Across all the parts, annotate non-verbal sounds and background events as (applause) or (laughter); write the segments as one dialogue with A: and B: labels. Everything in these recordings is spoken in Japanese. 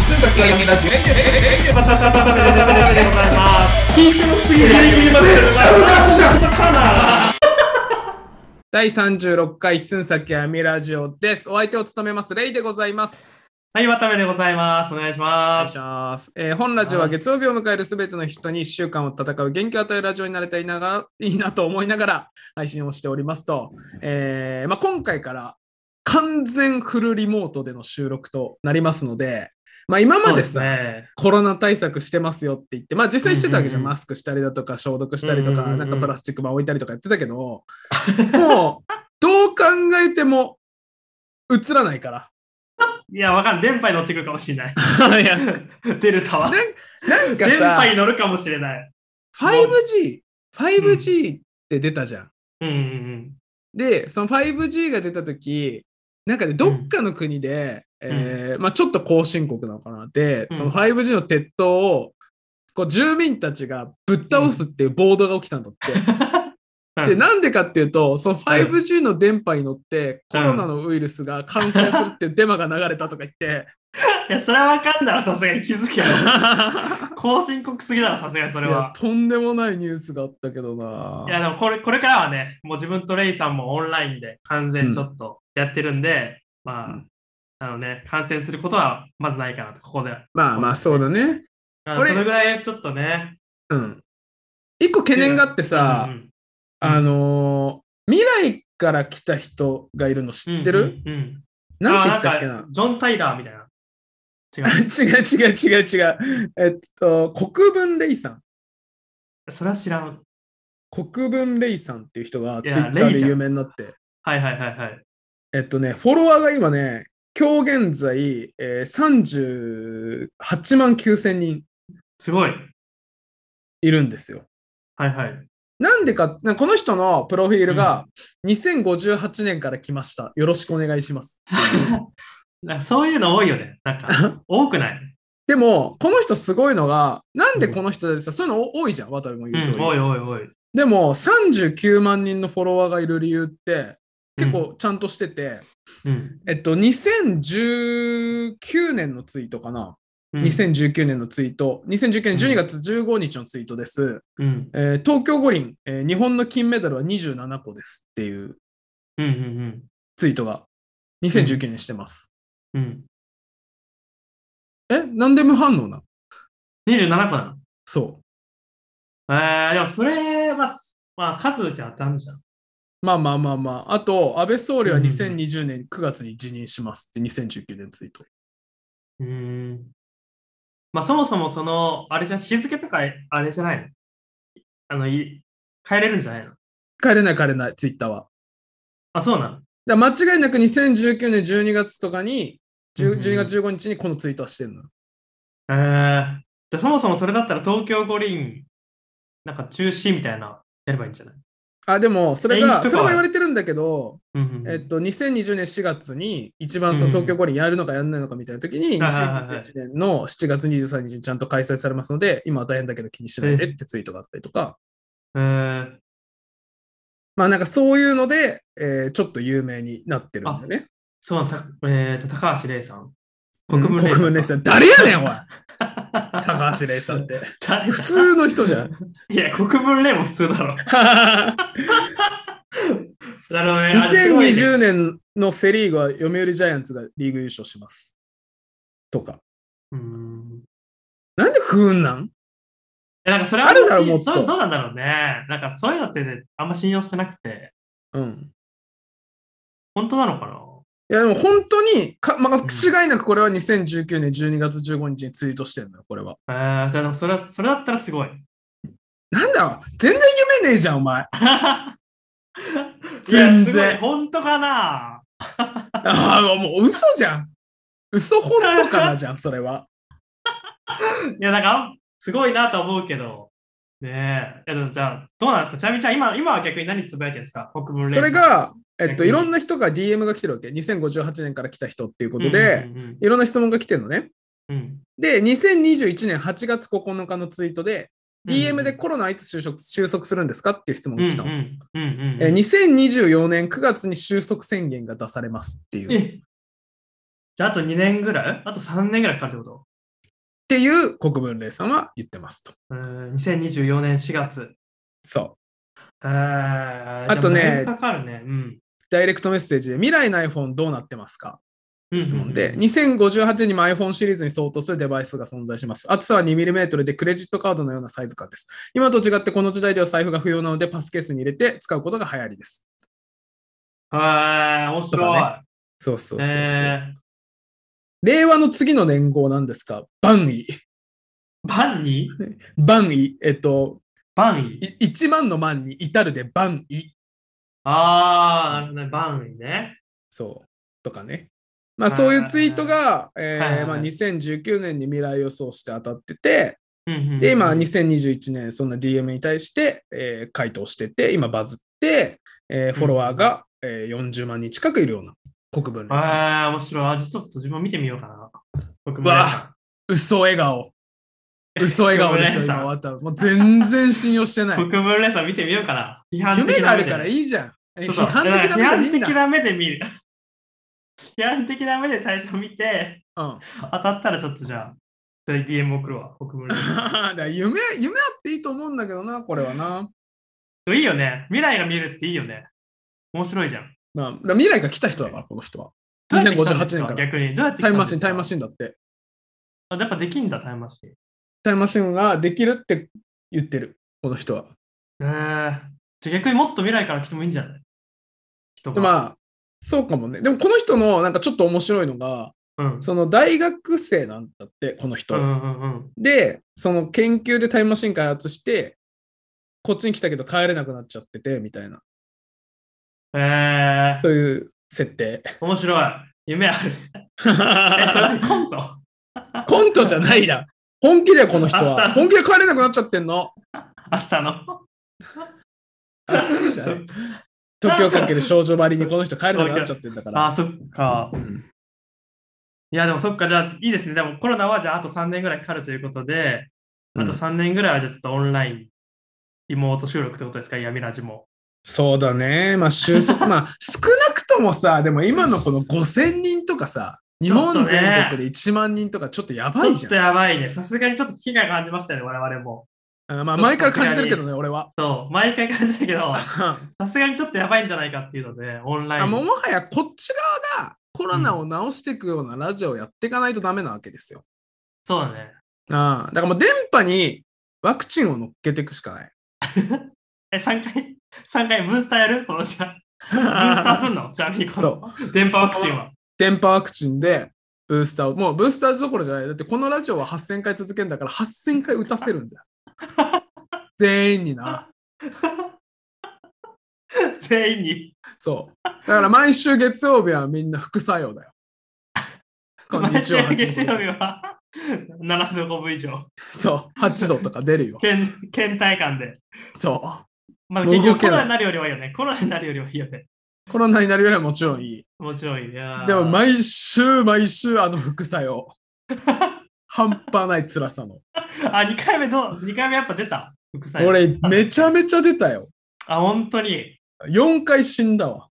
A: 先が読み出す。
B: バタバタバタバタバタでございます。
A: 緊張すぎる。
C: 第36回一寸先あみラジオです。お相手を務めます、レイでございます。
B: はい、渡部でございます。お願いし
C: お願
B: ま
C: い
B: す
C: し。ます。えー本ラジオは月曜日を迎えるすべての人に1週間を戦う元気を与えるラジオになれたらいいながいいなと思いながら配信をしておりますと、えーまあ、今回から完全フルリモートでの収録となりますので、まあ、今までさ、
B: ね。
C: コロナ対策してますよって言って、まあ実際してたわけじゃん、
B: うんうんうん
C: マスクしたりだとか消毒したりとか、
B: うんうんうん
C: なんかプラスチック板置いたりとかやってたけ
B: (laughs)
C: ど、もうどう考えても映らないから。
B: いや、わかんない。電波に乗ってくるかもしれ (laughs) ない。
C: いやな
B: デルタは。
C: なんか
B: 電波に
C: さ、
B: 乗るかもしれない。
C: 5G、5G って出たじゃん。
B: うんうん
C: で、その 5G が出た時なんかね、どっかの国で、えーまあ、ちょっと後進国なのかなで、
B: うん
C: その 5G の鉄塔をこう住民たちがぶっ倒すっていう暴動が起きたんだって。
B: うん。
C: で、なんでかっていうと、その 5G の電波に乗って、コロナのウイルスが感染するっていうデマが流れたとか言って、
B: いや、それはわかんないわ。さすがに気づけよ。後進国すぎだろ、さすがにそれ
C: いや
B: は。
C: とんでもないニュースがあったけどない
B: や、でもこれ、これからはね、もう自分とレイさんもオンラインで完全ちょっとやってるんで、まあ、
C: うん
B: あのね、感染することはまずないかなと、ここで。
C: まあまあ、そうだね。
B: あ
C: こ
B: の
C: れ
B: それぐらいちょっとね。
C: うん。一個懸念があってさ
B: う、ん
C: あのー未来から来た人がいるの
B: うん
C: 知ってる、
B: うんうんうん
C: なんて言ったっけ
B: あ
C: な
B: なんかジョン・タイラーみたいな。違う。
C: (laughs) 違う違う違う違う。えっと、国分レイさん。 (laughs)
B: それは知らん。
C: 国分レイさんっていう人が
B: いや
C: ツイッタ
B: レ
C: ー
B: イ
C: で
B: じゃん
C: 有名になって。
B: はいはいはいはい。
C: えっとね、フォロワーが今ね、今日現在、えー、38万9千人
B: すごい。
C: いるんですよ。
B: はいはい。 (laughs)
C: なんでか、なんかこの人のプロフィールが、2058年から来ました。よろしくお願いします。
B: なんかそういうの多いよね。なん
C: (laughs)
B: か、多くない。
C: でも、この人すごいのが、なんでこの人でさ、そういうの多いじゃん、渡部も
B: う
C: 言うと、
B: ん、多い多い多い。
C: でも、39万人のフォロワーがいる理由って、結構ちゃんとしてて、
B: うん、
C: えっと、2019年のツイートかな。
B: うん。
C: 2019年のツイート、2019年12月15日のツイートです。
B: うん。
C: えー東京五輪、えー日本の金メダルは27個ですっていう
B: うんうん
C: ツイートが2019年してます。
B: うん。うん。
C: え、なんで無反応なの
B: 27個なの。
C: そ
B: えー、でもそれは、まあ、数じゃ当たんじゃん。
C: う。まあまあまあまあ。あと、安倍総理は
B: うんうん
C: 2020年9月に辞任しますって2019年ツイート。
B: うーん。まあ、そもそもその、あれじゃん、日付とか、あれじゃないのあの、い変えれるんじゃないの
C: 帰れない帰れない、ツイッターは。
B: あ、そうなの
C: だから間違いなく2019年12月とかに、
B: うんう
C: 10
B: ん
C: 12月15日にこのツイートはしてるのよ。
B: えー、じゃあそもそもそれだったら東京五輪、なんか中止みたいな、やればいいんじゃない
C: あ、でも、それ
B: 延期とか
C: が、
B: は
C: それは言われてるんだけど、
B: うんうんうん
C: えっと、2020年4月に一番その
B: うんうん
C: 東京五輪やるのかやらないのかみたいな時に、
B: はいはいはい
C: 2021年の7月23日にちゃんと開催されますので、今は大変だけど気にしないでってツイートがあったりとか、
B: えー
C: まあなんかそういうので、えーちょっと有名になってるんだよね。
B: そうなんた、えー、と高橋玲さ
C: う
B: ん。
C: ん
B: 国分
C: 国分
B: 玲
C: レイ
B: さ
C: さ
B: ん。
C: ん。誰やねん、おい高
B: 高
C: 橋レイさんって。
B: 誰だ
C: 普通の人じゃん。
B: (laughs) いや、国分玲も普通だろ。なるほどね。あすごいね
C: 2020年のセ・リーグは読売ジャイアンツがリーグ優勝します。とか。
B: うーん
C: なんで不運なん
B: えなんかそれは
C: あるだろ
B: もう
C: もっと
B: そうどうなんだろうね。なんかそういうのってね、あんま信用してなくて、
C: うん。
B: 本当なのかない
C: やでも本当にか、まあ、
B: ん
C: 間違いなくこれは2019年12月15日にツイートしてるのよ、これは。
B: えー、それでもそれはそれだったらすごい。
C: なんだろう全然夢ねえじゃん、お前。
B: い
C: (laughs) 全
B: やすごい
C: 然。
B: 本当かな
C: ああ、もう嘘じゃん。嘘本当かなじゃん、それ
B: (laughs)
C: は。
B: いや、なんか、すごいなと思うけど。ねえ。いやでもじゃあ、どうなんですかちなみにじゃあ今、今は逆に何つぶやいてるんですか国分
C: それが、えっ
B: 逆
C: と、
B: に
C: いろんな人が DM が来てるわけ。2058年から来た人っていうこ
B: こと
C: で、、いろんな質問が来てるのね。
B: うんうん
C: で、2021年8月9日のツイートで、
B: うん
C: DM でコロナいつ収束収束するんですかっていう質問
B: うんう
C: が来
B: ん
C: たの。
B: うんうんうん
C: えー2024年9月に収束宣言が出されますっていう。
B: えじゃあ、あと2年ぐらいあと3年ぐらいかかるってこと
C: っていう国分霊さんは言ってますと。
B: うん2024年4月。
C: そう。
B: えー
C: あとね
B: じゃだいぶかかるね。うん
C: ダイレクトメッセージで未来の iPhone どうなってますか
B: うん。
C: 質問
B: う
C: で、
B: ん
C: 2058年にも iPhone シリーズに相当するデバイスが存在します。厚さは 2mm でクレジットカードのようなサイズ感です。今と違ってこの時代では財布が不要なのでパスケースに入れて使うことが流行りです。
B: えー面
C: と
B: 白い。
C: かそうそうそうそう
B: え
C: 令和の次の年号なんですか万位。
B: ー万に
C: 万位。えっと、
B: 万に
C: い1万の万に至るで万位。
B: ああ、なるほどね。万にね。
C: そう。とかね。まあそういうツイートが、
B: はいはい
C: え
B: は
C: ー
B: い
C: まあ、2019年に未来予想して当たってて、
B: うんうんうん
C: で、今、2021年、そんな DM に対して、えー回答してて、今、バズって、えーフォロワーが、えー40万人近くいるような国分
B: え
C: です。
B: ー面白い。あじゃあちょっと自分も見てみようかな。僕もね (laughs)
C: わあ、嘘笑 (laughs) 顔。嘘笑顔ですよ、今終わったら。もう全然信用して
B: (laughs)
C: ない。
B: 国分レーサー見てみようかな。批判的な目
C: 夢
B: で
C: があるからいいじゃん。え批
B: そうそう
C: 判的な目はみん
B: 批判的
C: な。
B: な目で見る。批判的な目で最初見て、
C: うん、 (laughs)
B: 当たったらちょっとじゃあ、DM 送るわ、国
C: (laughs)
B: 分レーサー。
C: だから夢、夢あっていいと思うんだけどな、これはな。
B: でもいいよね。未来が見えるっていいよね。面白いじゃん。
C: まあ、だから未来が来た人だから、この人は。
B: どうやって来たんです
C: 2058年から
B: 逆に。どうやっ
C: タ
B: て来た
C: イ
B: ん
C: ム
B: で
C: マ
B: す
C: シン、
B: か
C: タイムマシンだって。
B: あやっぱできんだ、タイムマシン。
C: タイムマシンができるって言ってる、この人は。
B: えー、じゃあ逆にもっと未来から来てもいいんじゃない人が。
C: まあ、そうかもね。でも、この人のなんかちょっと面白いのが、
B: うん。
C: その大学生なんだって、この人。
B: うんうんうん。
C: で、その研究でタイムマシン開発して、こっちに来たけど帰れなくなっちゃってて、みたいな。
B: えー
C: そういう設定。
B: 面白い。
C: (laughs)
B: 夢ある。え、それ何コント
C: コントじゃないだ。本気だよ、この人
B: 明
C: は。
B: 日
C: 本気で帰れなくなっちゃってん
B: (laughs)
C: の。
B: 明日の。
C: 明日じゃない時をかける少女ばりにこの人帰れなくなっちゃってんだから。
B: あ、そっか。
C: うん
B: いや、でもそっか、じゃあいいですね。でもコロナはじゃああと3年ぐらいかかるということで、あと
C: うん
B: 3年ぐらいはじゃあちょっとオンライン、妹収録ってことですか、闇ラジも。
C: そうだね。まあ、収
B: (laughs)
C: 束。まあ、少なくともさ、でも今のこの5000人とかさ、日
B: ちょ
C: 本
B: っとね
C: 全国で1万人とかちょっとやばい
B: ち
C: じ
B: ょっと
C: ゃん。
B: やばいね。さすがにちょっと危機感感じましたよね、我々も。
C: あまあ、
B: ちょっと
C: 前から感じてるけどね、俺は。
B: そう、毎回感じたけど、
C: あ
B: さすがにちょっとやばいんじゃないかっていうので、オンライン。
C: もうもはやこっち側がコロナを治していくようなラジオをやっていかないとダメなわけですよ。
B: そうだね。
C: ああだからもう電波にワクチンを乗っけていくしか
B: (laughs)
C: ない。
B: え、3回、3回ブースターやるこのじゃあ。ブースターすんのちなみにこ
C: そう
B: の電波ワクチンは。
C: 電波ワクチンでブースターを、もうブースターどころじゃない。だってこのラジオは8000回続けるんだから8000回打たせる
B: (laughs)
C: んだよ。全員にな。
B: 全員に。
C: そう。だから毎週月曜日はみんな副作用だよ。こんに
B: 毎
C: ち
B: 週
C: は。
B: 月曜
C: 8
B: 日は7度5分以上。
C: そう、8度とか出る
B: (laughs)
C: よ。
B: 県県体感で。
C: そ
B: まあ、
C: もう
B: 結
C: 動
B: 局コ
C: け
B: ロ
C: ない
B: ナになるよりはいいよね。コロナになるよりはいいよね。
C: う。コロナになるよりはもちろんいい。
B: 面白い。いやー
C: でも毎週毎週あの副作
B: (laughs)
C: 用。半端ない辛さの。
B: あ、2回目どう ?2 回目やっぱ出た。副作用
C: 俺、めちゃめちゃ出たよ。
B: あ、本当に。
C: 4回死んだわ。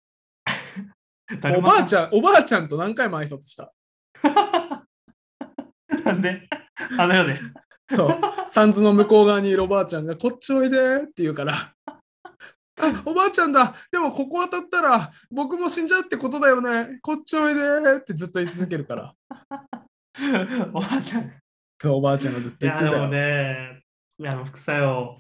C: おばあ
B: ゃ
C: ちゃん、おばあちゃんと何回も挨拶した。
B: ん。なんであの世で。
C: そう。サンズの向こう側にいるおばあちゃんが、こっちおいでーって言うから。あおばあちゃんだでもここ当たったら僕も死んじゃうってことだよねこっちおいでーってずっと言い続けるから
B: おばあちゃん。い
C: そうおばあちゃんがずっと言っ
B: や、
C: て
B: で
C: たよ、
B: もね、いや副作用。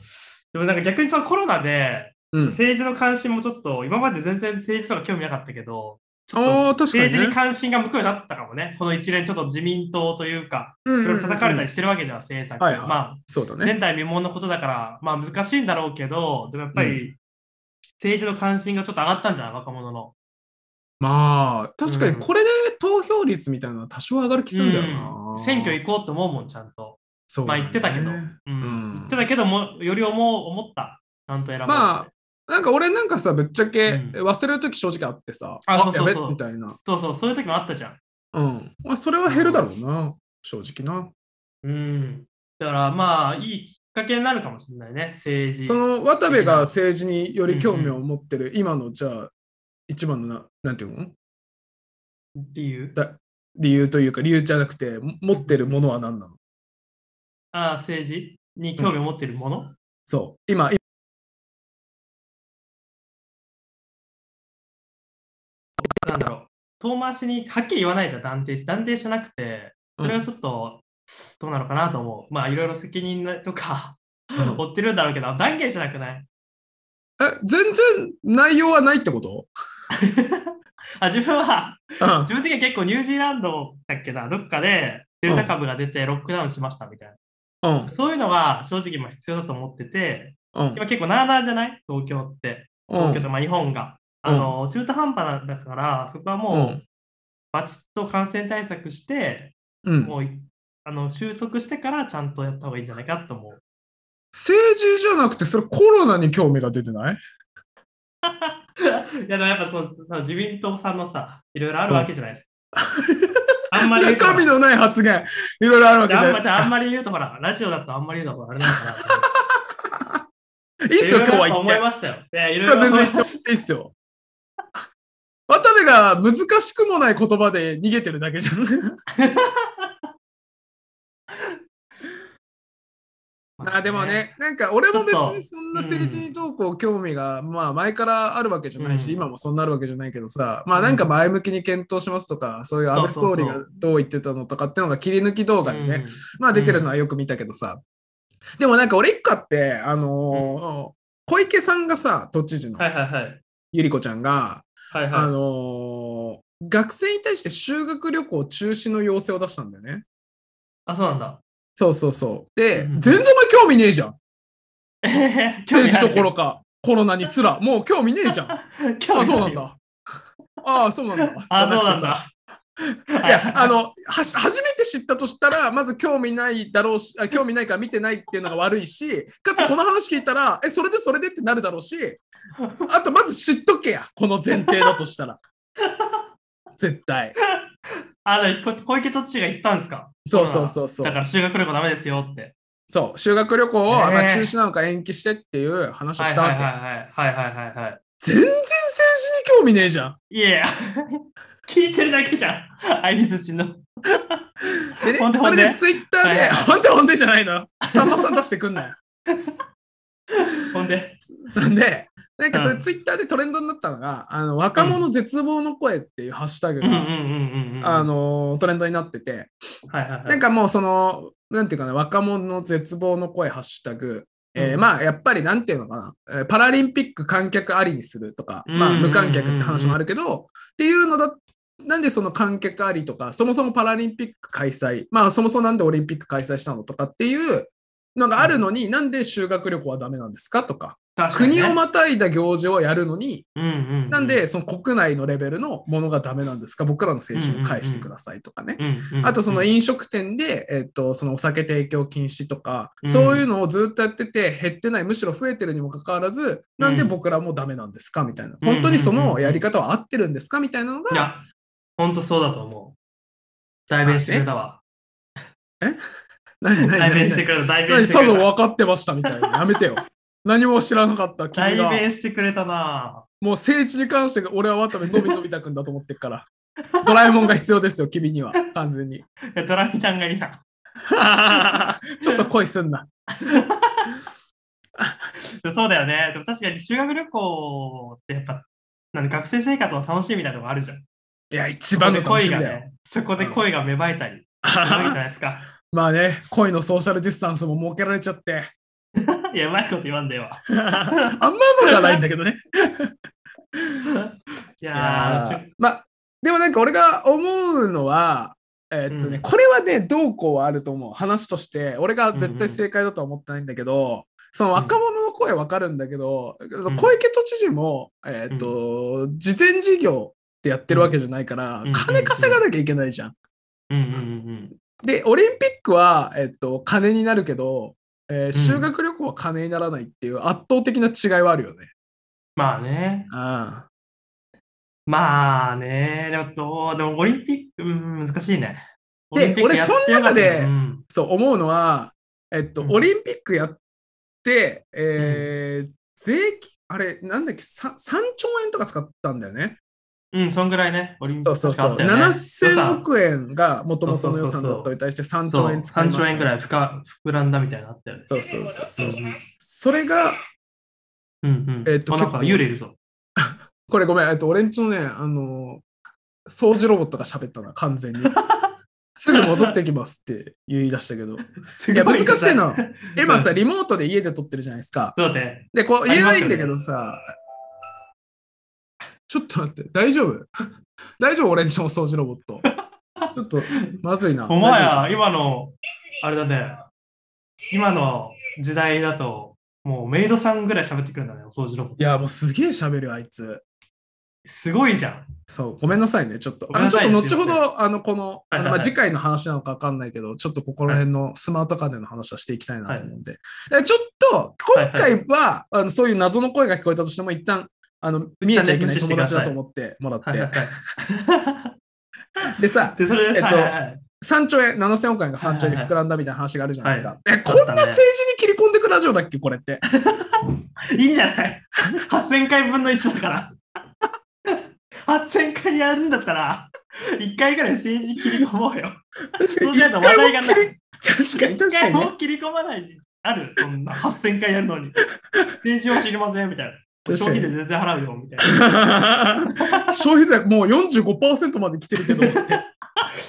B: でもなんか逆にそのコロナで
C: うん、
B: 政治の関心もちょっと、今まで全然政治とか興味なかったけど、ちょっと
C: ああ確かに、ね、
B: 政治に関心が向くようになったかもね、この一連、ちょっと自民党というか、
C: うん
B: い
C: うんう
B: ろ
C: ん
B: いろ叩かれたりしてるわけじゃん、政策。
C: はいはい
B: ま
C: そうだ
B: あ、
C: ね
B: 前代未聞のことだから、まあ難しいんだろうけど、でもやっぱり、政治の関心がちょっと上がったんじゃない若者の。
C: まあ確かにこれで投票率みたいなのは多少上がる気するんだよな、
B: うん選挙行こうと思うもん、ちゃんと。
C: そう
B: ま
C: だ
B: あ
C: ね
B: 言ってたけど。うん
C: うん
B: 言ってたけども、より思う思った。ちゃんと選ば
C: まあなんか俺なんかさぶっちゃけ
B: うん
C: 忘れる時正直あってさ、
B: あそうそうそう
C: やべみたいな
B: そうそう、そういう時もあったじゃん。
C: うん、まあ、それは減るだろうな、正直な。
B: うん。だからまあ、いいきっかけになるかもしれないね、政治。
C: その渡部が政治により興味を持ってる今のじゃあ一番のななんていうの
B: 理由。
C: だ理由というか理由じゃなくても持ってるものは何なの
B: あー政治に興味を持っているもの、
C: そう。今、い
B: なんだろう、遠回しにはっきり言わないじゃん、断定し。断定しなくて、それはちょっと、どうなのかなと思う。まあ、いろいろ責任とか (laughs)
C: うん
B: 負ってるんだろうけど、断言しなくない
C: え、全然内容はないって
B: (laughs)
C: こと
B: あ自分は、
C: うん。
B: 自分的には結構ニュージーランドだっけな、どっかでデルタ株が出てロックダウンしましたみたいな。
C: うん。
B: そういうのは正直今必要だと思ってて、
C: うん。
B: 今結構なあなあじゃない東京って。
C: う
B: 東京
C: ん
B: とまあ日本が。
C: うん
B: あの中途半端なんだから、そこは
C: う。
B: もうんバチッと感染対策して、
C: うん。
B: もういあの収束してからちゃんとやった方がいいんじゃないかと思う。
C: 政治じゃなくて、それコロナに興味が出てない
B: いやでもやっぱそうその自民党さんのさ、いろいろあるわけじゃな
C: (laughs)
B: いですか。あんまり言うと
C: 中身のない発言、いろいろあるわけじゃ
B: あん
C: な
B: ま
C: いで
B: じゃああんまり言うとほら、ラジオだとあんまり言うとほら、あれなんかな
C: す
B: と思って。
C: か。いいっすよ、今日は言っ
B: 思い
C: て。
B: ましたよ。いや、い
C: 今
B: ろい
C: 日は
B: ろ
C: 全
B: 思い
C: 然
B: ま
C: 言っていいっすよ。渡部が難しくもない言葉で逃げてるだけじゃん。
B: (laughs)
C: あでもね、なんか俺も別にそんな政治にどうこう興味が、まあ前からあるわけじゃないし、
B: うん
C: 今もそんなあるわけじゃないけどさ、まあなんか前向きに検討しますとか、そういう安倍
B: そう
C: 総
B: そうそ
C: 理
B: う
C: がどう言ってたのとかっていうのが切り抜き動
B: そ
C: 画でね、
B: うん
C: まあ出てるのはよく見たけどさ。でもなんか俺一個あって、あのー小池さんがさ、都知事の
B: はいはいはい。
C: ゆり子ちゃんが、
B: はい
C: あ
B: はい。
C: のー学生に対して修学旅行中止の要請を出したんだよね。
B: あ、そうなんだ。
C: そうそうそう。で、
B: うん
C: 全然お前興味ねえじゃん。
B: えへへ興
C: 政
B: 味
C: 治
B: ある
C: どころか、コロナにすら、もう興味ねえじゃん。あ
B: (laughs) 興味
C: あ、そう
B: あ
C: な
B: る
C: ん
B: よ。
C: だ。ああ、そうなんだ。
B: あ、そう
C: じゃ
B: なん
C: なくてさ
B: だ。
C: いや、あの、はし初めて知ったとしたら、まず興味ないだろうし、あ興味ないから見てないっていうのが悪いし、かつこの話聞いたら、え、それでそれでってなるだろうし、あとまず知っとけや、この前提だとしたら。絶対。
B: あの、こ小池都知事が言ったんですか
C: そうそうそうそ
B: だか
C: う。
B: ら修学旅行ダメですよって。
C: そう、修学旅行を、
B: ねえ
C: まあ、中止なのか延期してっていう話を
B: はい
C: した
B: は
C: わ
B: い
C: け。
B: はいはいはいはいはいは
C: 全然政治に興味ねえじゃん。
B: い。いや、 (laughs) 聞いてるだけじゃん。相槌の。
C: でね
B: ほんで
C: それ
B: ほん
C: で
B: で
C: ツイッター
B: は
C: で、
B: いはい
C: ほんでほんでじゃないの。さんまさん出してくんなよ。
B: ほんで。
C: なんで、なんかそれ
B: うん
C: ツイッターでトレンドになったのが、あの若者絶望の声っていうハッシュタグ
B: うんうん
C: が、
B: うんうんうん。
C: あ、のトレンドになってて、
B: はいはいはい。
C: なんかもうその、なんていうかな、若者の絶望の声ハッシュタグ、えー
B: うん
C: まあやっぱりなんていうのかな、えーパラリンピック観客ありにするとか、まあ
B: うんうんうんうん
C: 無観客って話もあるけど、っていうのだなんでその観客ありとか、そもそもパラリンピック開催、まあそもそもなんでオリンピック開催したのとかっていうのがあるのに、なんで修学旅行はダメなんですかとか、
B: 確かにね
C: 国をまたいだ行事をやるのに、
B: うんうんうん、
C: なんで、その国内のレベルのものがダメなんですか、僕らの青春を返してくださいとかね。
B: うんうんうん
C: あと、その飲食店で、えっと、そのお酒提供禁止とか、
B: うん
C: そういうのをずっとやってて、減ってない、むしろ増えてるにもかかわらず、なんで僕らもダメなんですかみたいな。
B: うん
C: 本当にそのやり方は合ってるんですかみたいなの
B: い
C: が、
B: や、ほんとそうだと思う。代弁してくれたわ。
C: 何、何、
B: 代
C: 何
B: 弁して、くれた、代
C: 何、
B: 弁して
C: さ
B: く
C: ぞ
B: れた。
C: 分かってましたみたいな。やめてよ。何も知らなかった、君が
B: 代。弁してくれたな
C: もう政治に関して俺は渡部のびのび太くんだと思ってっから。ドラえもんが必要ですよ、君には。完全
B: (laughs)
C: に。
B: ぁ。いやドラミちゃんがいいな。
C: ちょっと恋すんな。
B: そうだよね。でも確かに修学旅行ってやっぱ、なんか学生生活の楽しみみたいなのがあるじゃん。
C: いや、一番の楽しみ
B: そこ
C: だ
B: で恋が
C: よ。
B: ね、そこで恋が芽生えたりするわけじゃないですか。 (laughs)
C: まあね、恋のソーシャルディスタンスも設けられちゃって。 (laughs)
B: いや、うまいこと言わんでえわ。
C: あんまのじゃないんだけど
B: (laughs)
C: ね。
B: い
C: い
B: やー
C: やーまあ、でもなんか俺が思うのは、えーっとね、
B: うん
C: これはね、どうこうはあると思う。話として、俺が絶対正解だとは思ってないんだけど、その若者の声わかるんだけど、
B: ん
C: 小池都知事も、えーっと、事前事業ってやってるわけじゃないから、
B: うん
C: 金稼がなきゃいけないじゃん。
B: うんうんうん
C: で、オリンピックは、えっと、金になるけど、えー修学旅行は金にならないっていう圧倒的な違いはあるよね。
B: まあね。
C: あ
B: まあね。でもどう、でもオリンピック、うん、難しいね。
C: で
B: オリンピックやってよかった
C: 俺その中で
B: うん
C: そう思うのは、えっと、
B: うん
C: オリンピックやって、えー税金、あれ、なんだっけ、さ3兆円とか使ったんだよね。
B: うん、そんぐらいね、オリンピッ
C: そう
B: ク
C: そうそう。
B: 確かあったよね
C: 7000億円がもともとの予
B: そうそ
C: 算
B: うそ
C: だ
B: う
C: ったのに対して3
B: そ
C: 兆
B: う
C: 円使いま
B: 3
C: した。
B: 兆円ぐらいふか膨らんだみたいなのあったよね。
C: そうそうそうそう。
B: うんうん
C: それが、
B: うんうん。
C: えっと
B: あなん
C: 結
B: か
C: 構
B: 幽霊いるぞ。
C: これごめん、えっと、俺んちのね、あの、掃除ロボットが喋ったな、完
B: (laughs)
C: 全に。すぐ戻ってきますって言い出したけど。
B: す
C: いや難しいな。今さ、
B: うん
C: リモートで家で撮ってるじゃないですか。
B: (laughs) そうね。
C: で、こう
B: あ
C: 言
B: り
C: え
B: ま
C: な
B: す
C: い
B: よ
C: ん
B: ね
C: だけどさ、ちょっと待って、大丈夫 (laughs) 大丈夫俺んちの掃除ロボット。ちょっと、まずいな。
B: お前や、今の、あれだね。今の時代だと、もうメイドさんぐらい喋ってくるんだね、お掃除ロボット
C: いや、もうすげえ喋るよ、あいつ。
B: すごいじゃん。
C: そう、ごめんなさいね、ちょっと。
B: ご
C: あ
B: め
C: の
B: んな
C: ちょ
B: さ
C: っ
B: い
C: と後
B: すい
C: ほ
B: ません
C: ど、あの、この、あの
B: はいはい
C: ま
B: は
C: あ
B: い
C: 次回の話なのか分かんないけど、ちょっとここら辺のスマート家電の話はしていきたいなと思うんで。でちょっと、今回は、あのそういう謎の声が聞こえたとしても、一旦、あの、見えちゃいけない
B: 一旦ね
C: 友達だと思ってもらっ
B: はいはい
C: て。
B: はい。
C: でさ、
B: (laughs) で、それで、
C: えっと
B: はいはいはい
C: 3兆円、7000億円が3兆円に膨らんだみたいな話があるじゃないですか。え、こ
B: あっ
C: ん
B: た
C: な
B: ね
C: 政治に切り込んでくラジオだっけ、これって。
B: いいんじゃない ?8000 回分の1だから。8000回やるんだったら、1回ぐらい政治切り込もうよ。そうしないと
C: 一
B: 話
C: 回
B: 題が
C: も
B: な
C: 切
B: い。
C: り、確かに確
B: 一
C: か
B: 回
C: にね、
B: も切り込まないしある、そんな8000回やるのに。政治を知りませんみたいな。
C: 確
B: 消
C: かに
B: 費税全然払うよみたい
C: 消費税もう45%まで来てるけどって。
B: な。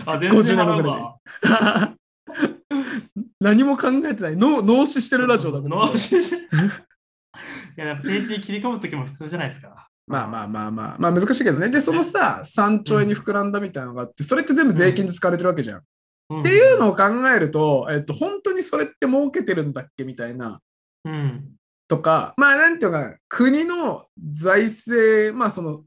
B: あ、全然払
C: 57ぐ
B: う
C: らい
B: わ。
C: (laughs) 何も考えてない。脳脳死してるラジオだもん
B: 脳死 (laughs) いや、やっぱ政治に切り込むときも必要じゃないですか。
C: まあまあまあまあ、まあ難しいけどね。で、そのさ、3兆円に膨らんだみたいなのがあって、それって全部税金で使われてるわけじゃん。
B: っ
C: っていうのを考えると、えっと、本当にそれって儲けてるんだっけみたいな。
B: うん。
C: とか、まあなんていうのかな、国の財政、まあその、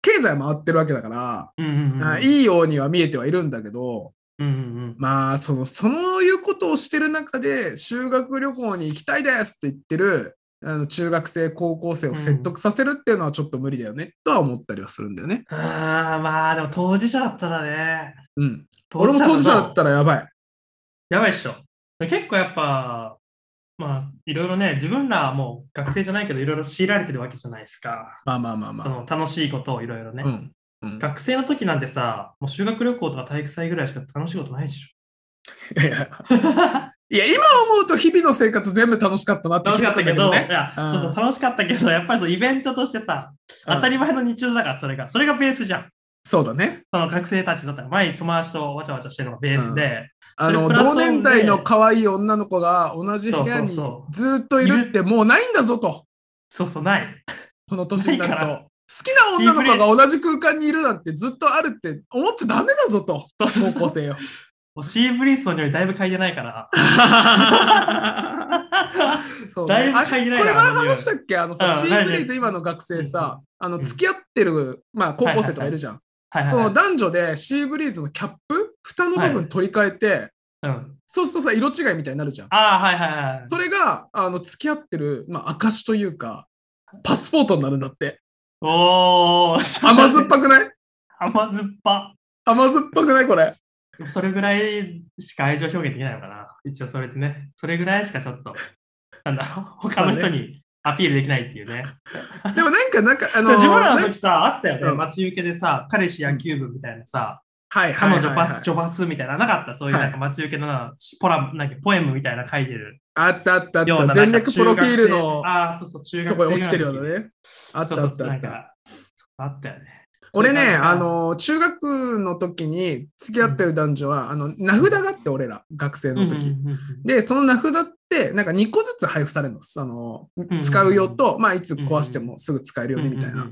C: 経済回ってるわけだから、
B: うんうんうん。
C: あいいようには見えてはいるんだけど、
B: うんうんうん。
C: まあそのそういうことをしてる中で修学旅行に行きたいですって言ってるあの中学生高校生を説得させるっていうのはちょっと無理だよね、とは思ったりはするんだよね。
B: ああ、まあでも当事者だったらね。
C: うん、俺も
B: だと
C: 当事者だったらやばい。
B: やばいっしょ。結構やっぱ、まあいろいろね、自分らはもう学生じゃないけど、いろいろ強いられてるわけじゃないですか。
C: まあまあまあま
B: そ
C: あ。
B: の楽しいことをいろいろね、
C: うんうん、 (laughs)
B: 学生の時なんてさ、もう修学旅行とか体育祭ぐらいしか楽しいことないでし
C: いや
B: ょ。
C: (laughs) いや今思うと日々の生活全部楽しかったなって
B: 楽しかったけど、い
C: ね。
B: や
C: うん
B: そうそう楽しかったけど、やっぱりそうイベントとしてさ、当たり前の日常だから、それが、それがベースじゃん。
C: そうだね。
B: その学生たちだったら、毎日友達とわちゃわちゃしてるのがベースで、
C: あの
B: それプラス
C: 同
B: オンで
C: 年代の可愛い女の子が同じ部屋に
B: そうそうそ
C: ずーっといるってもうないんだぞと
B: そうそう、ない。
C: この年になる
B: ないか
C: と好きな女の子が同じ空間にいるなんてずっとあるって思っちゃダメだぞと
B: そうそう
C: 高校生
B: (laughs)
C: よ
B: もうシーブリースの匂いだいぶ嗅いでないから。
C: そうね
B: だいぶ
C: あ
B: 嗅いでない
C: これ前
B: な
C: 話したっけあのさ
B: うん
C: シーブリーズ今の学生さあの付き合ってるまあ高校生とかいるじゃん
B: はいはい
C: そ
B: は
C: の
B: い。
C: 男女でシーブリーズのキャップ蓋の部分取り替えて
B: うん、
C: そうそうそう色違いみたいになるじゃん
B: ああ、はいはいはい。
C: それがあの付き合ってる、まあ、証というか、パスポートになるんだって。
B: おお。
C: 甘酸っぱくない
B: 甘酸っぱ。
C: 甘酸っぱくないこれ。
B: でもそれぐらいしか愛情表現できないのかな。一応それってね。それぐらいしかちょっと、なんだろう、他の人にアピールできないっていうね。
C: でもなんか、なんか、あの、
B: (laughs) 自分ら
C: な
B: の
C: ん
B: 時さ、あったよね。
C: うん
B: 待ち受けでさ、彼氏野球部みたいなさ、
C: はいはい
B: 彼
C: はい、
B: 女
C: は
B: バ
C: い。
B: ス、女バスみたいな、なかったそういうなんか待ち受けのなポラム、なんかポエムみたいな書いてる
C: あったあったあっ
B: ような。
C: た。全略プロフィールの
B: ああー、そうそう、中学
C: と
B: 生
C: こへ落ちてるよう
B: ぐらいの
C: な
B: 時
C: ね。あった
B: そう
C: あ
B: そう
C: ったあ
B: な
C: っ
B: ん
C: た。
B: かあったよね。
C: 俺ね、
B: そういう感じかな
C: あの、中学の時に付き合ってる男女は、あの、名札があって、俺ら、学生の時。
B: うんうんうん
C: で、その名札って、なんか2個ずつ配布されるの。その
B: うん
C: 使う用と、まあ、いつ壊してもすぐ使えるようにみたいな。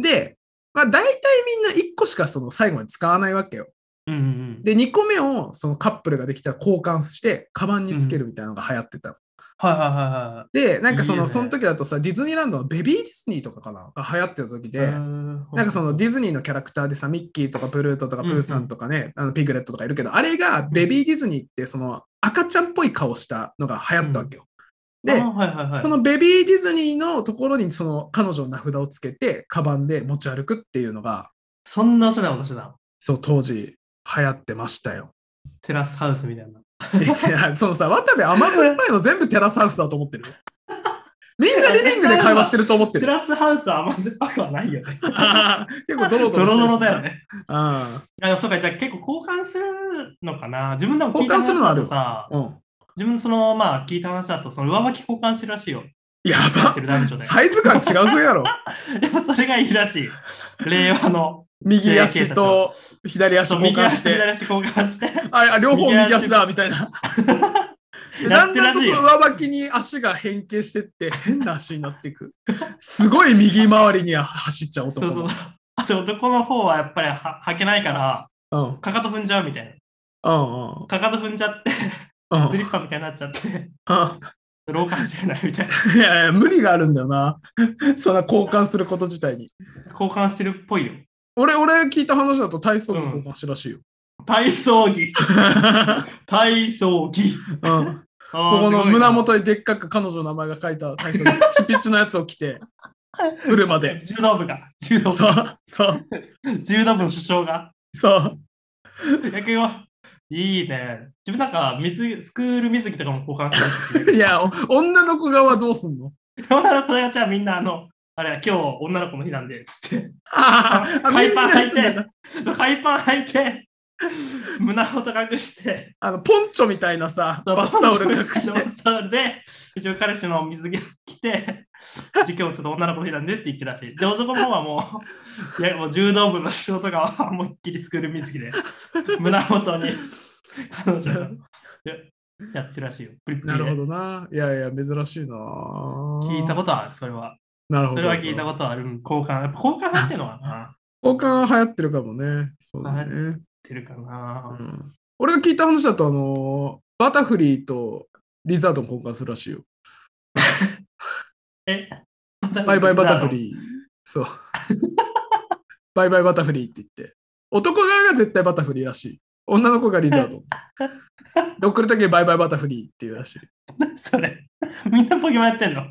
C: で、まあ、大体みんな1個しかその最後に使わないわけよ。
B: うんうんうん。
C: で、2個目をそのカップルができたら交換して、カバンにつけるみたいなのが流行ってたの。
B: はいはいはいはい。
C: で、なんかその
B: いいね
C: その時だとさ、ディズニーランドのベビーディズニーとかかなが流行ってた時で、な
B: なん
C: かそのディズニーのキャラクターでさ、ミッキーとかブルートとかプーさんとかね、あのピグレットとかいるけど、あれがベビーディズニーってその赤ちゃんっぽい顔したのが流行ったわけよ。で、
B: はいはいはい、
C: そのベビーディズニーのところにその彼女の名札をつけて、カバンで持ち歩くっていうのが
B: そんなおしゃれなことしてたの
C: そう、当時流行ってました
B: (laughs)
C: よ。
B: テラスハウスみたいな。 (laughs)
C: いやそのさ、渡部甘酸っぱいの全部テラスハウスだと思ってる。みんなリビングで会話してると思ってる。
B: テラスハウスは甘酸っぱくはないよね。
C: あー (laughs) 結構ドロド
B: ド
C: ロ
B: ロ
C: してる
B: ドロだよ。ね。
C: あ
B: あでもそうか、じゃあ結構交換するのかな自分でも聞いた
C: 交換する
B: 話
C: のあ
B: だ
C: る
B: とさ、
C: ーうん。
B: 自分そのまあ聞いた話だと、その上履き交換してるらしいよ。
C: や
B: やっ
C: ば
B: て。る男女で。
C: サイズ感違うぜや
B: (laughs)
C: ろ。
B: でもそれがいいらしい。令和の。
C: 右足と左足交換し
B: 右
C: て、
B: 足と左足交換して。
C: ああ両方右足だみたい
B: (laughs)
C: な。でだ
B: やっ
C: ん
B: て
C: だ
B: ら
C: んと
B: しい
C: そ
B: よ
C: の上履きに足が変形してって変な足になっていく。すごい右回りには走っちゃう男
B: そう
C: も。
B: そうう。あと男の方はやっぱりは履けないから、
C: んうん
B: かかと踏んじゃうみたいな。
C: うん
B: かかと踏んじゃ
C: (laughs)
B: って、
C: うん
B: スリッパみたいになっちゃって、
C: う
B: 廊下走れないみたいな。
C: ん。いやいや無理があるんだよな。そんな交換すること自体に。
B: 交換してるっぽいよ。
C: 俺、俺聞いた話だと体操着交換してるらしいよ。
B: 体
C: (laughs)
B: 操着。体操着。
C: うん
B: あー
C: ここの
B: すごいな
C: 胸元にでっかく彼女の名前が書いた体操着、ピチピチのやつを着て、フルまで。
B: 柔道部が、柔道
C: そ
B: 部
C: う、そう、
B: 柔道部の主将が、
C: そう。
B: 逆にいいね。自分なんか水、スクール水着とかも交換してる
C: いや、お女の子側はどうすんの
B: (laughs) 女の子たちはみんなあの、あれ、今日女の子の日なんで、つって、
C: あーあ、
B: ハ
C: みん
B: イパー
C: なやつ
B: 履
C: ね
B: いて、ハイパー履いて、胸元隠して、
C: あの、ポンチョみたいなさ、バスタオル隠して
B: バ。スタオルで、一応彼氏の水着を着て、今日ちょっと女の子の日なんでって言ってたし、で、男の方はもう、いや、もう柔道部の仕事が思いっきりスクール水着で、胸元に彼女がやってるらしいよ。プリプリ
C: な
B: で
C: るほどな。いやいや、珍しいな。
B: 聞いた
C: こ
B: ことある、それは。
C: となるほ
B: そ
C: ど。
B: れは聞いたことある。うん交換。やっぱ交換入ってるのかな
C: 交換は流行ってるかもね。そうだね。
B: ってるか
C: う
B: な、
C: ん、俺が聞いた話だと、あの、バタフリーとリザードン交換するらしいよ。
B: え
C: バイバイバタフリー。 (laughs) そう。バイバイバタフリーって言って。男側が絶対バタフリーらしい。女の子がリザード。で (laughs) 送るときにバイバイバタフリーって言うらしい。
B: ー。 (laughs) それ。みんなポケモンやってんの
C: や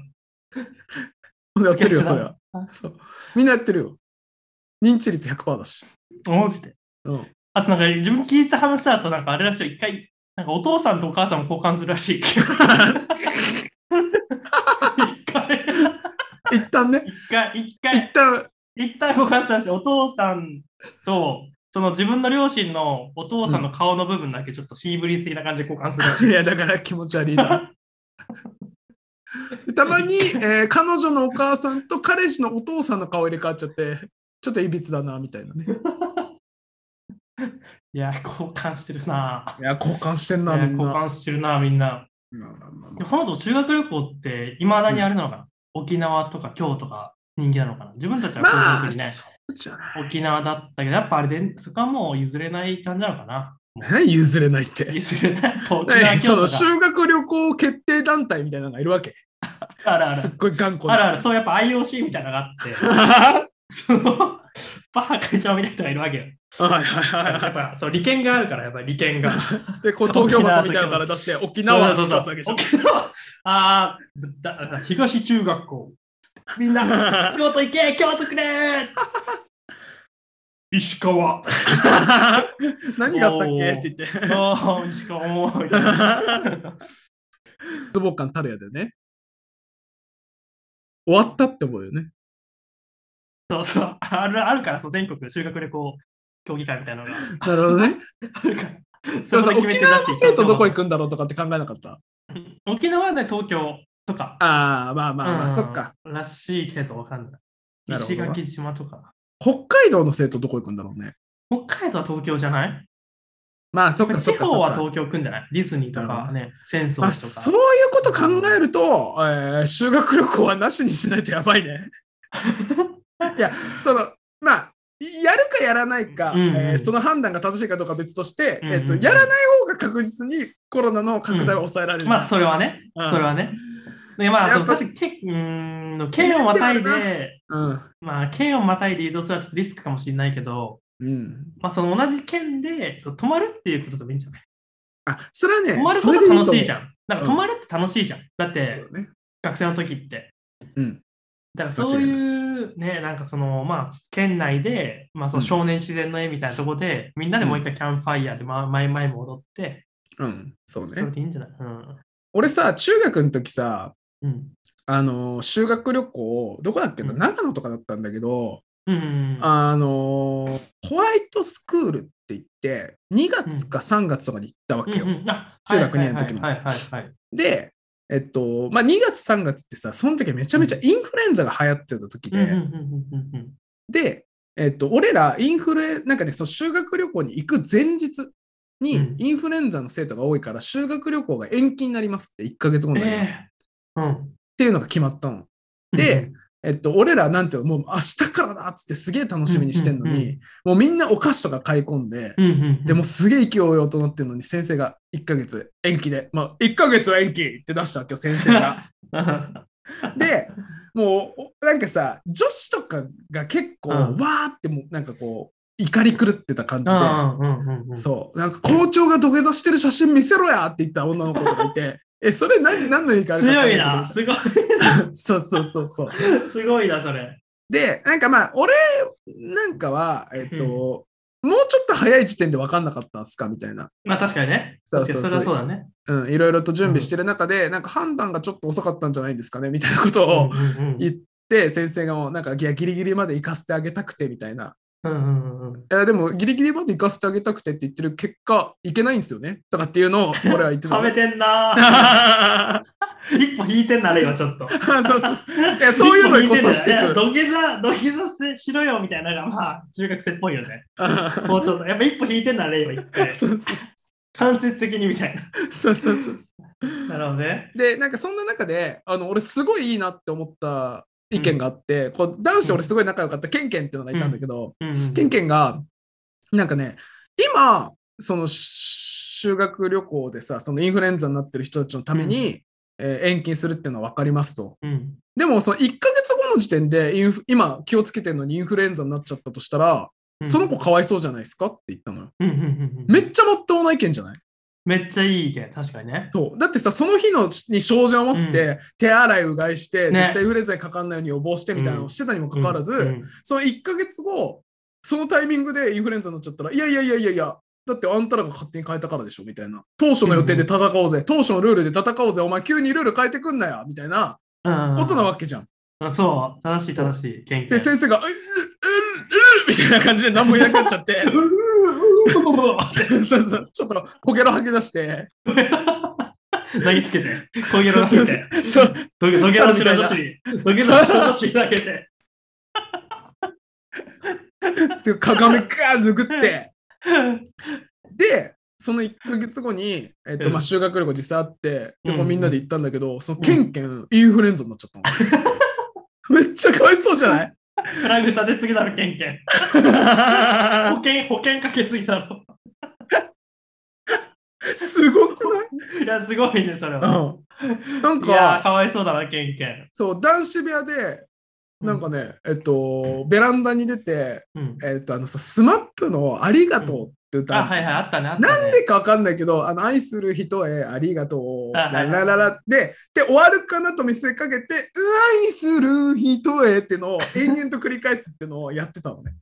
C: ってるよ、そり
B: スケッチ
C: ゃ
B: だ。
C: そう。みんなやってるよ。認知率100%だし。
B: マジで。
C: うん。 (laughs)
B: あとなんか自分聞いた話だとなんかあれらしいよ。一回、なんかお父さんとお母さんも交換するらしい。一回、
C: 一旦ね、
B: 一回、一
C: 一
B: 回、
C: 旦、
B: 一旦交換するらしい。お父さんと、その自分の両親のお父さんの顔の部分だけちょっとシーブリース的な感じで交換する
C: (laughs)
B: らしい。
C: いや、だから気持ち悪い (laughs) な。たまに、えー彼女のお母さんと彼氏のお父さんの顔入れ替わっちゃって、ちょっといびつだな、みたいなね。
B: いや、交換してるなぁ。
C: いや、交換してん
B: い
C: な、
B: や
C: みん
B: 交
C: な。
B: 換してるなぁ、みんな。でもそもそも修学旅行って、いまだにあれなのかな、沖縄とか京都が人気なのかな自分たちは
C: ま
B: 高
C: あ、
B: 校の時ね、
C: そうじゃない。
B: 沖縄だったけど、やっぱあれで、そこはもう譲れない感じなのかな
C: 何譲れないって。
B: 譲れ
C: (laughs)
B: ない。沖
C: え
B: 縄、
C: そ
B: 京都
C: の
B: が
C: 修学旅行決定団体みたいなのがいるわけ。
B: あるあ
C: すっ
B: る。
C: ごい頑固
B: ある
C: な。
B: ある。そう、やっぱ IOC みたいなのがあって、
C: はい
B: その、バッハ会長みたいな人がいるわけよ。
C: はいはい
B: やっ
C: は
B: ぱ、そう、利権があるから、やっぱり利権が。
C: い。で、こう、投票箱みたいなのから出して、沖縄って
B: そう
C: 出す
B: そ
C: わ
B: うそう
C: けじゃん。
B: 沖縄 (laughs) あーだだ東中学校。みんな、
C: (laughs)
B: 京都行け京都くれー石川
C: (laughs) 何があったっ
B: お
C: け
B: ー
C: って言って。
B: ああ、石川も
C: (laughs)
B: う。
C: 絶望感たるやでね。終わったって思うよね。
B: そうそう。あるあるからそう、全国修学旅行協議会みたいなのが
C: なるほど
B: (laughs)
C: ね。
B: あるから。
C: でもさ、沖縄の生徒どこ行
B: く
C: くんだろうとかって考えなかった。
B: 沖縄はね、東京とか。
C: ああ、まあまあまあ、
B: うん
C: そっか。。
B: らしいけど、わかんない。
C: なるほど
B: 石垣島とか。
C: 北海道の生徒どこ行くんだろうね。
B: 北海道は東京じゃない
C: まあ、そっか、そっ
B: 地
C: か。
B: 方は
C: そっか
B: 東京来んじゃないディズニーとかね、戦争と
C: ま
B: か。
C: あ、そういうこと考えると、えー修学旅行はなしにしないとやばい
B: (laughs)
C: ね。いや、その、まあ、やるかやらないか、
B: うんうん
C: えーその判断が正しいかどうかは別として、
B: うんうん
C: えっと、やらない方が確実にコロナの拡大を抑えられる。
B: まあ、それはね、
C: うん
B: それはね。でまあ、
C: やっぱ
B: 確かにけ、うーん、県をまたい
C: やってや
B: で、
C: うん、
B: まあ、県をまたいで移動するのはちょっとリスクかもしれないけど、
C: うん。
B: まあ、その同じ県でそう泊まるっていうことでもいいんじゃない
C: あ、それはね、
B: 泊まる
C: そ
B: こ
C: れ
B: と楽しいじ
C: ゃん。
B: ゃん。なんか泊まるって楽しいじゃん。だって、
C: ね
B: 学生の時って。
C: うん。
B: だからそういう、ね、なんかその、まあ、県内で、まあ、その少年自然の絵みたいなとこで、みんなでもう一回キャンプファイヤーで、まあ、前々も踊って、
C: うん、そう
B: それ
C: ね。
B: でいいんじゃないうん。
C: 俺さ、中学の時さ、
B: うん。
C: あの修学旅行どこだっけな、
B: うん
C: 長野とかだったんだけど、
B: うん。
C: あのホワイトスクールって言って2月か3月とかに行ったわ
B: うん
C: けよ。
B: うんあ
C: 中学二年の時の
B: はいはいはいはい。
C: で、えっとまあ、2月3月ってさその時はめちゃめちゃインフルエンザが流行ってた時で、
B: うんうんうんうんうん
C: で、えっと、俺らインフルエなんかねそう修学旅行に行く前日
B: う
C: に
B: ん
C: インフルエンザの生徒が多いから修学旅行が延期になりますって1ヶ月後
B: うん。
C: になります、っ
B: ええうん。
C: ていうのが決まったの。で、えっと、俺らなんていうのもう明日からだっつってすげえ楽しみにしてんのに、
B: うんうんうん
C: もうみんなお菓子とか買い込んで、
B: うんうんうん。
C: でもうすげえ勢いよとなってるのに先生が1ヶ月延期で、まあ、1ヶ月は延期って出したわけよ先生が。
B: (laughs)
C: でもうおなんかさ女子とかが結構、
B: うん
C: わーってもうなんかこう怒り狂ってた感じで、
B: うんうんうんうん。
C: そうなんか校長が土下座してる写真見せろやって言った女の子がいてえそれ何何の意味かあるか
B: 強い
C: わかん
B: な。
C: け
B: すごい。 (laughs)
C: ど (laughs) そうそうそうそう
B: すごいな、それ。
C: でなんかまあ俺なんかはえっと、もうちょっと早い時点で分かんなかったんすかみたいな、
B: まあ確かにね。
C: そう
B: 確か
C: そう
B: に
C: そう
B: それはそうだね。
C: うん、いろいろと準備してる中で、なんか判断がちょっと遅かったんじゃないんですかねみたいなことを
B: うんうん
C: 言って、先生がもうなんかいやギリギリまで行かせてあげたくてみたいな
B: うんうんうんうん。
C: いやでもギリギリまで行かせてあげたくてって言ってる結果行けないんですよねとかっていう
B: (laughs)
C: のを俺は言ってた
B: 冷
C: の
B: めてんな
C: (laughs)
B: 一歩引いてんなら今ちょっと。
C: そうそうそういやそういうのこそして
B: いや
C: くる
B: 土下座、土下座せしろよみたいなのが、まあ、中学生っぽいよね。校長さん。やっぱ一歩引いてんなら、今言っ
C: (laughs)
B: て。
C: そうそう
B: 間接的にみたいな。
C: そうそうそうそ
B: なるほどね。
C: うでなんかそんな中であの俺すごいいいなって思った意見があって、こう男子俺すごい仲良かったケンケンっていうのがいたんだけど、
B: うん
C: ケンケンがなんかね今その修学旅行でさそのインフルエンザになってる人たちのために、えー延期するっていうのは分かりますと。
B: うん。
C: でもその1ヶ月後の時点でインフ今気をつけてるのにインフルエンザになっちゃったとしたら、その子かわいそうじゃないですかって言ったのよ。
B: うんうんうんうん
C: めっちゃもっともな意見じゃない
B: めっちゃいい意見、確かにね。
C: そうだってさその日のに症状を持って、手洗いうがいして、
B: ね
C: 絶対インフルエンザにかかんないように予防してみたいなのをしてたにもかかわらず、
B: うんうん
C: その1ヶ月後そのタイミングでインフルエンザになっちゃったらいやいやいやいやいやだってあんたらが勝手に変えたからでしょみたいな当初の予定で戦おうぜ、当初のルールで戦おうぜお前急にルール変えてくんなやみたいなことなわけじゃん。
B: うんそう、正しい正しい、ケンケ
C: で、
B: ン。
C: 先生が、うううううみたいな感じで何もいなくなっちゃって、
B: うるうるうるうるうるうる
C: そうそうちょっとポケロ吐き出して、
B: 投げつけて、小ゲロ投げて、
C: (laughs) そう
B: 土下土下座しろ女子に、土下座しろ女子に投げて、
C: で鏡ガーン拭って、で、その1ヶ月後に、えっと
B: うん
C: まあ、修学旅行実際あって、でこう
B: うん
C: みんなで行ったんだけど、そのケンケンインフルエンザになっちゃったの。めっちゃかわいそうじゃない
B: フラグ立てすぎだろ、ケンケン。保険、保険かけすぎだろ。
C: (laughs) すごくない
B: いや、すごいね、それは。
C: うんなん
B: いやー、
C: か、
B: かわいそうだな、ケンケン。
C: そう、男子部屋で、なんかね、えっと、ベランダに出て、
B: うん、
C: えっ、と、あのさ、スマップのありがとうって歌
B: あ、
C: あるじ
B: は
C: ゃん
B: いはい、あったね、あったね。
C: なんでかわかんないけど、あの、愛する人へありがとう、
B: あ
C: ラ
B: はい
C: ラララで、で、終わるかなと見せかけて、う愛する人へってのを延々と繰り返すってのをやってたのね。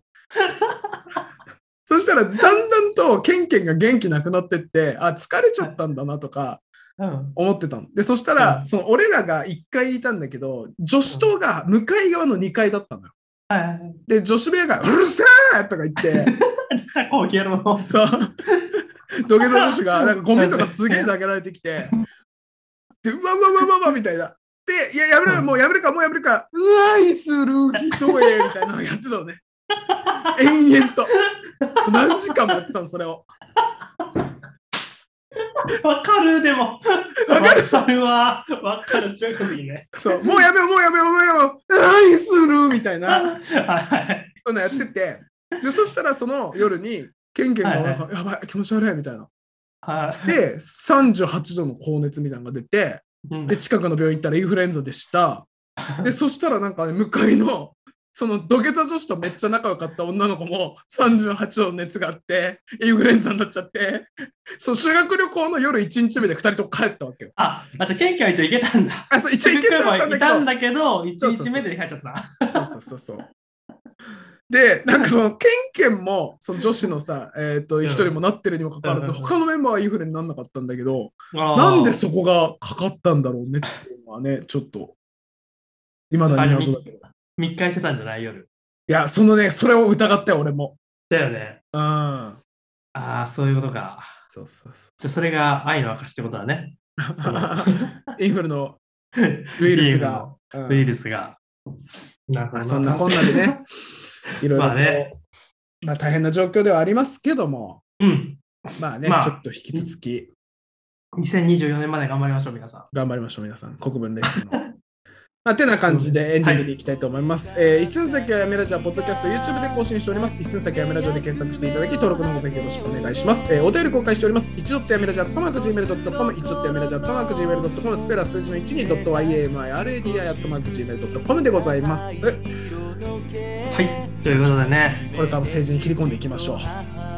C: そしたら、だんだんとケンケンが元気なくなってって、あ、疲れちゃったんだなとか
B: うん、
C: 思ってたの。で、そしたら、
B: うん
C: その俺らが1階いたんだけど、女子棟が向かい側の2階だったのよ。
B: はいはいはい。
C: で、女子部屋が、うるせえとか言って、
B: 保険の。
C: そう。 (laughs) 土下座女子がなんかゴミとかすげえ投げられてきて、でうわうわうわうわうわみたいな。で、いや、やめろよ、もうやめるか、もうやめるか、うわいする人へみたいなのやってたのね。延々と。何時間もやってたの、それを。
B: わかる、でも。
C: わかる
B: わかるわ。わかる、中学にね。
C: そう、もうやめよう、もうやめよう、もうやめよう、うわいするみたい
B: はい
C: な
B: はい。
C: のやってて、で、そしたらその夜に、ケンケンがなんか、やばい、気持ち悪いみたいな。
B: はい
C: で、38度の高熱みたいなのが出て、
B: うん
C: で、近くの病院行ったらインフルエンザでした。
B: (laughs)
C: で、そしたらなんかね、向かいの、 (laughs) その土下座女子とめっちゃ仲良かった女の子も38度の熱があって、インフルエンザになっちゃって、そう修学旅行の夜1日目で2人とも帰ったわけよ。
B: あ、あ、じゃあ、ケンケンは一応行けたんだ。
C: あ、そう、一応行けたりしたん
B: いたん
C: だ
B: だけど、1
C: そうそうそう
B: 日目で帰っちゃったな。
C: けど、そうそうそうそう。で、なんかそ
B: (laughs)
C: の、ケンケンも、その女子のさ、えっ、と、
B: ん
C: 一人もなってるにもかかわらず、
B: うんうんう
C: (laughs)
B: ん
C: 他のメンバーはインフルにならなかったんだけど、
B: あー
C: なんでそこがかかったんだろうねっていうはね、ちょっと、今だ
B: あ
C: に
B: れ
C: 謎だけど。い
B: 密会してたんじゃない夜。
C: や、そのね、それを疑ったよ、俺も。
B: だよね。
C: うん。
B: ああ、そういうことか。
C: そうそうそ
B: じゃあそれが愛の証ってことだね。
C: う。インフルのウイルスが、うん
B: ウイルスが。なるほど
C: まあそんなこんなでね。いろいろ
B: ま
C: と、ま
B: あ
C: あ
B: ね
C: 大変な状況ではありますけども、
B: (laughs) うん。
C: まあね、
B: まあ
C: ちょっと引き続き
B: 2024年まで頑張りましょう、皆さ
C: 頑張りましょう、皆さん、国分レッスンの。まあ、てな感じでエンディングでいきたいと思います。えー一寸先はやめラジオ、ポッドキャスト、YouTube で更新しております。一寸先はやめラジオで検索していただき、登録の方ぜひよろしくお願いします。えーお便り公開しております。一度ってやめラジオ、トマーク Gmail.com、一度ってやめラジオ、トマーク Gmail.com、スペラ数字の1に .yamiradia、トマーク Gmail.com でございます。
B: ん。はい。ということでね、
C: これからも政治に切り込んでいきましょう。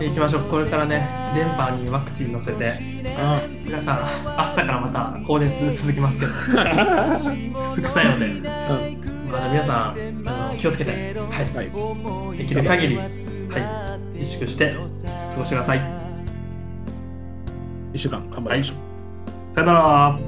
B: 行きましょう。これからね、電波にワクチン乗せて、皆さん、明日からまた高熱続きますけど、
C: (laughs)
B: 副作用で。
C: うん
B: まあ、皆さんあの気をつけて、は
C: はい、
B: い、できる限り、はい、自粛して過ごしてください。
C: 一週間頑張りましょう。
B: さよなら。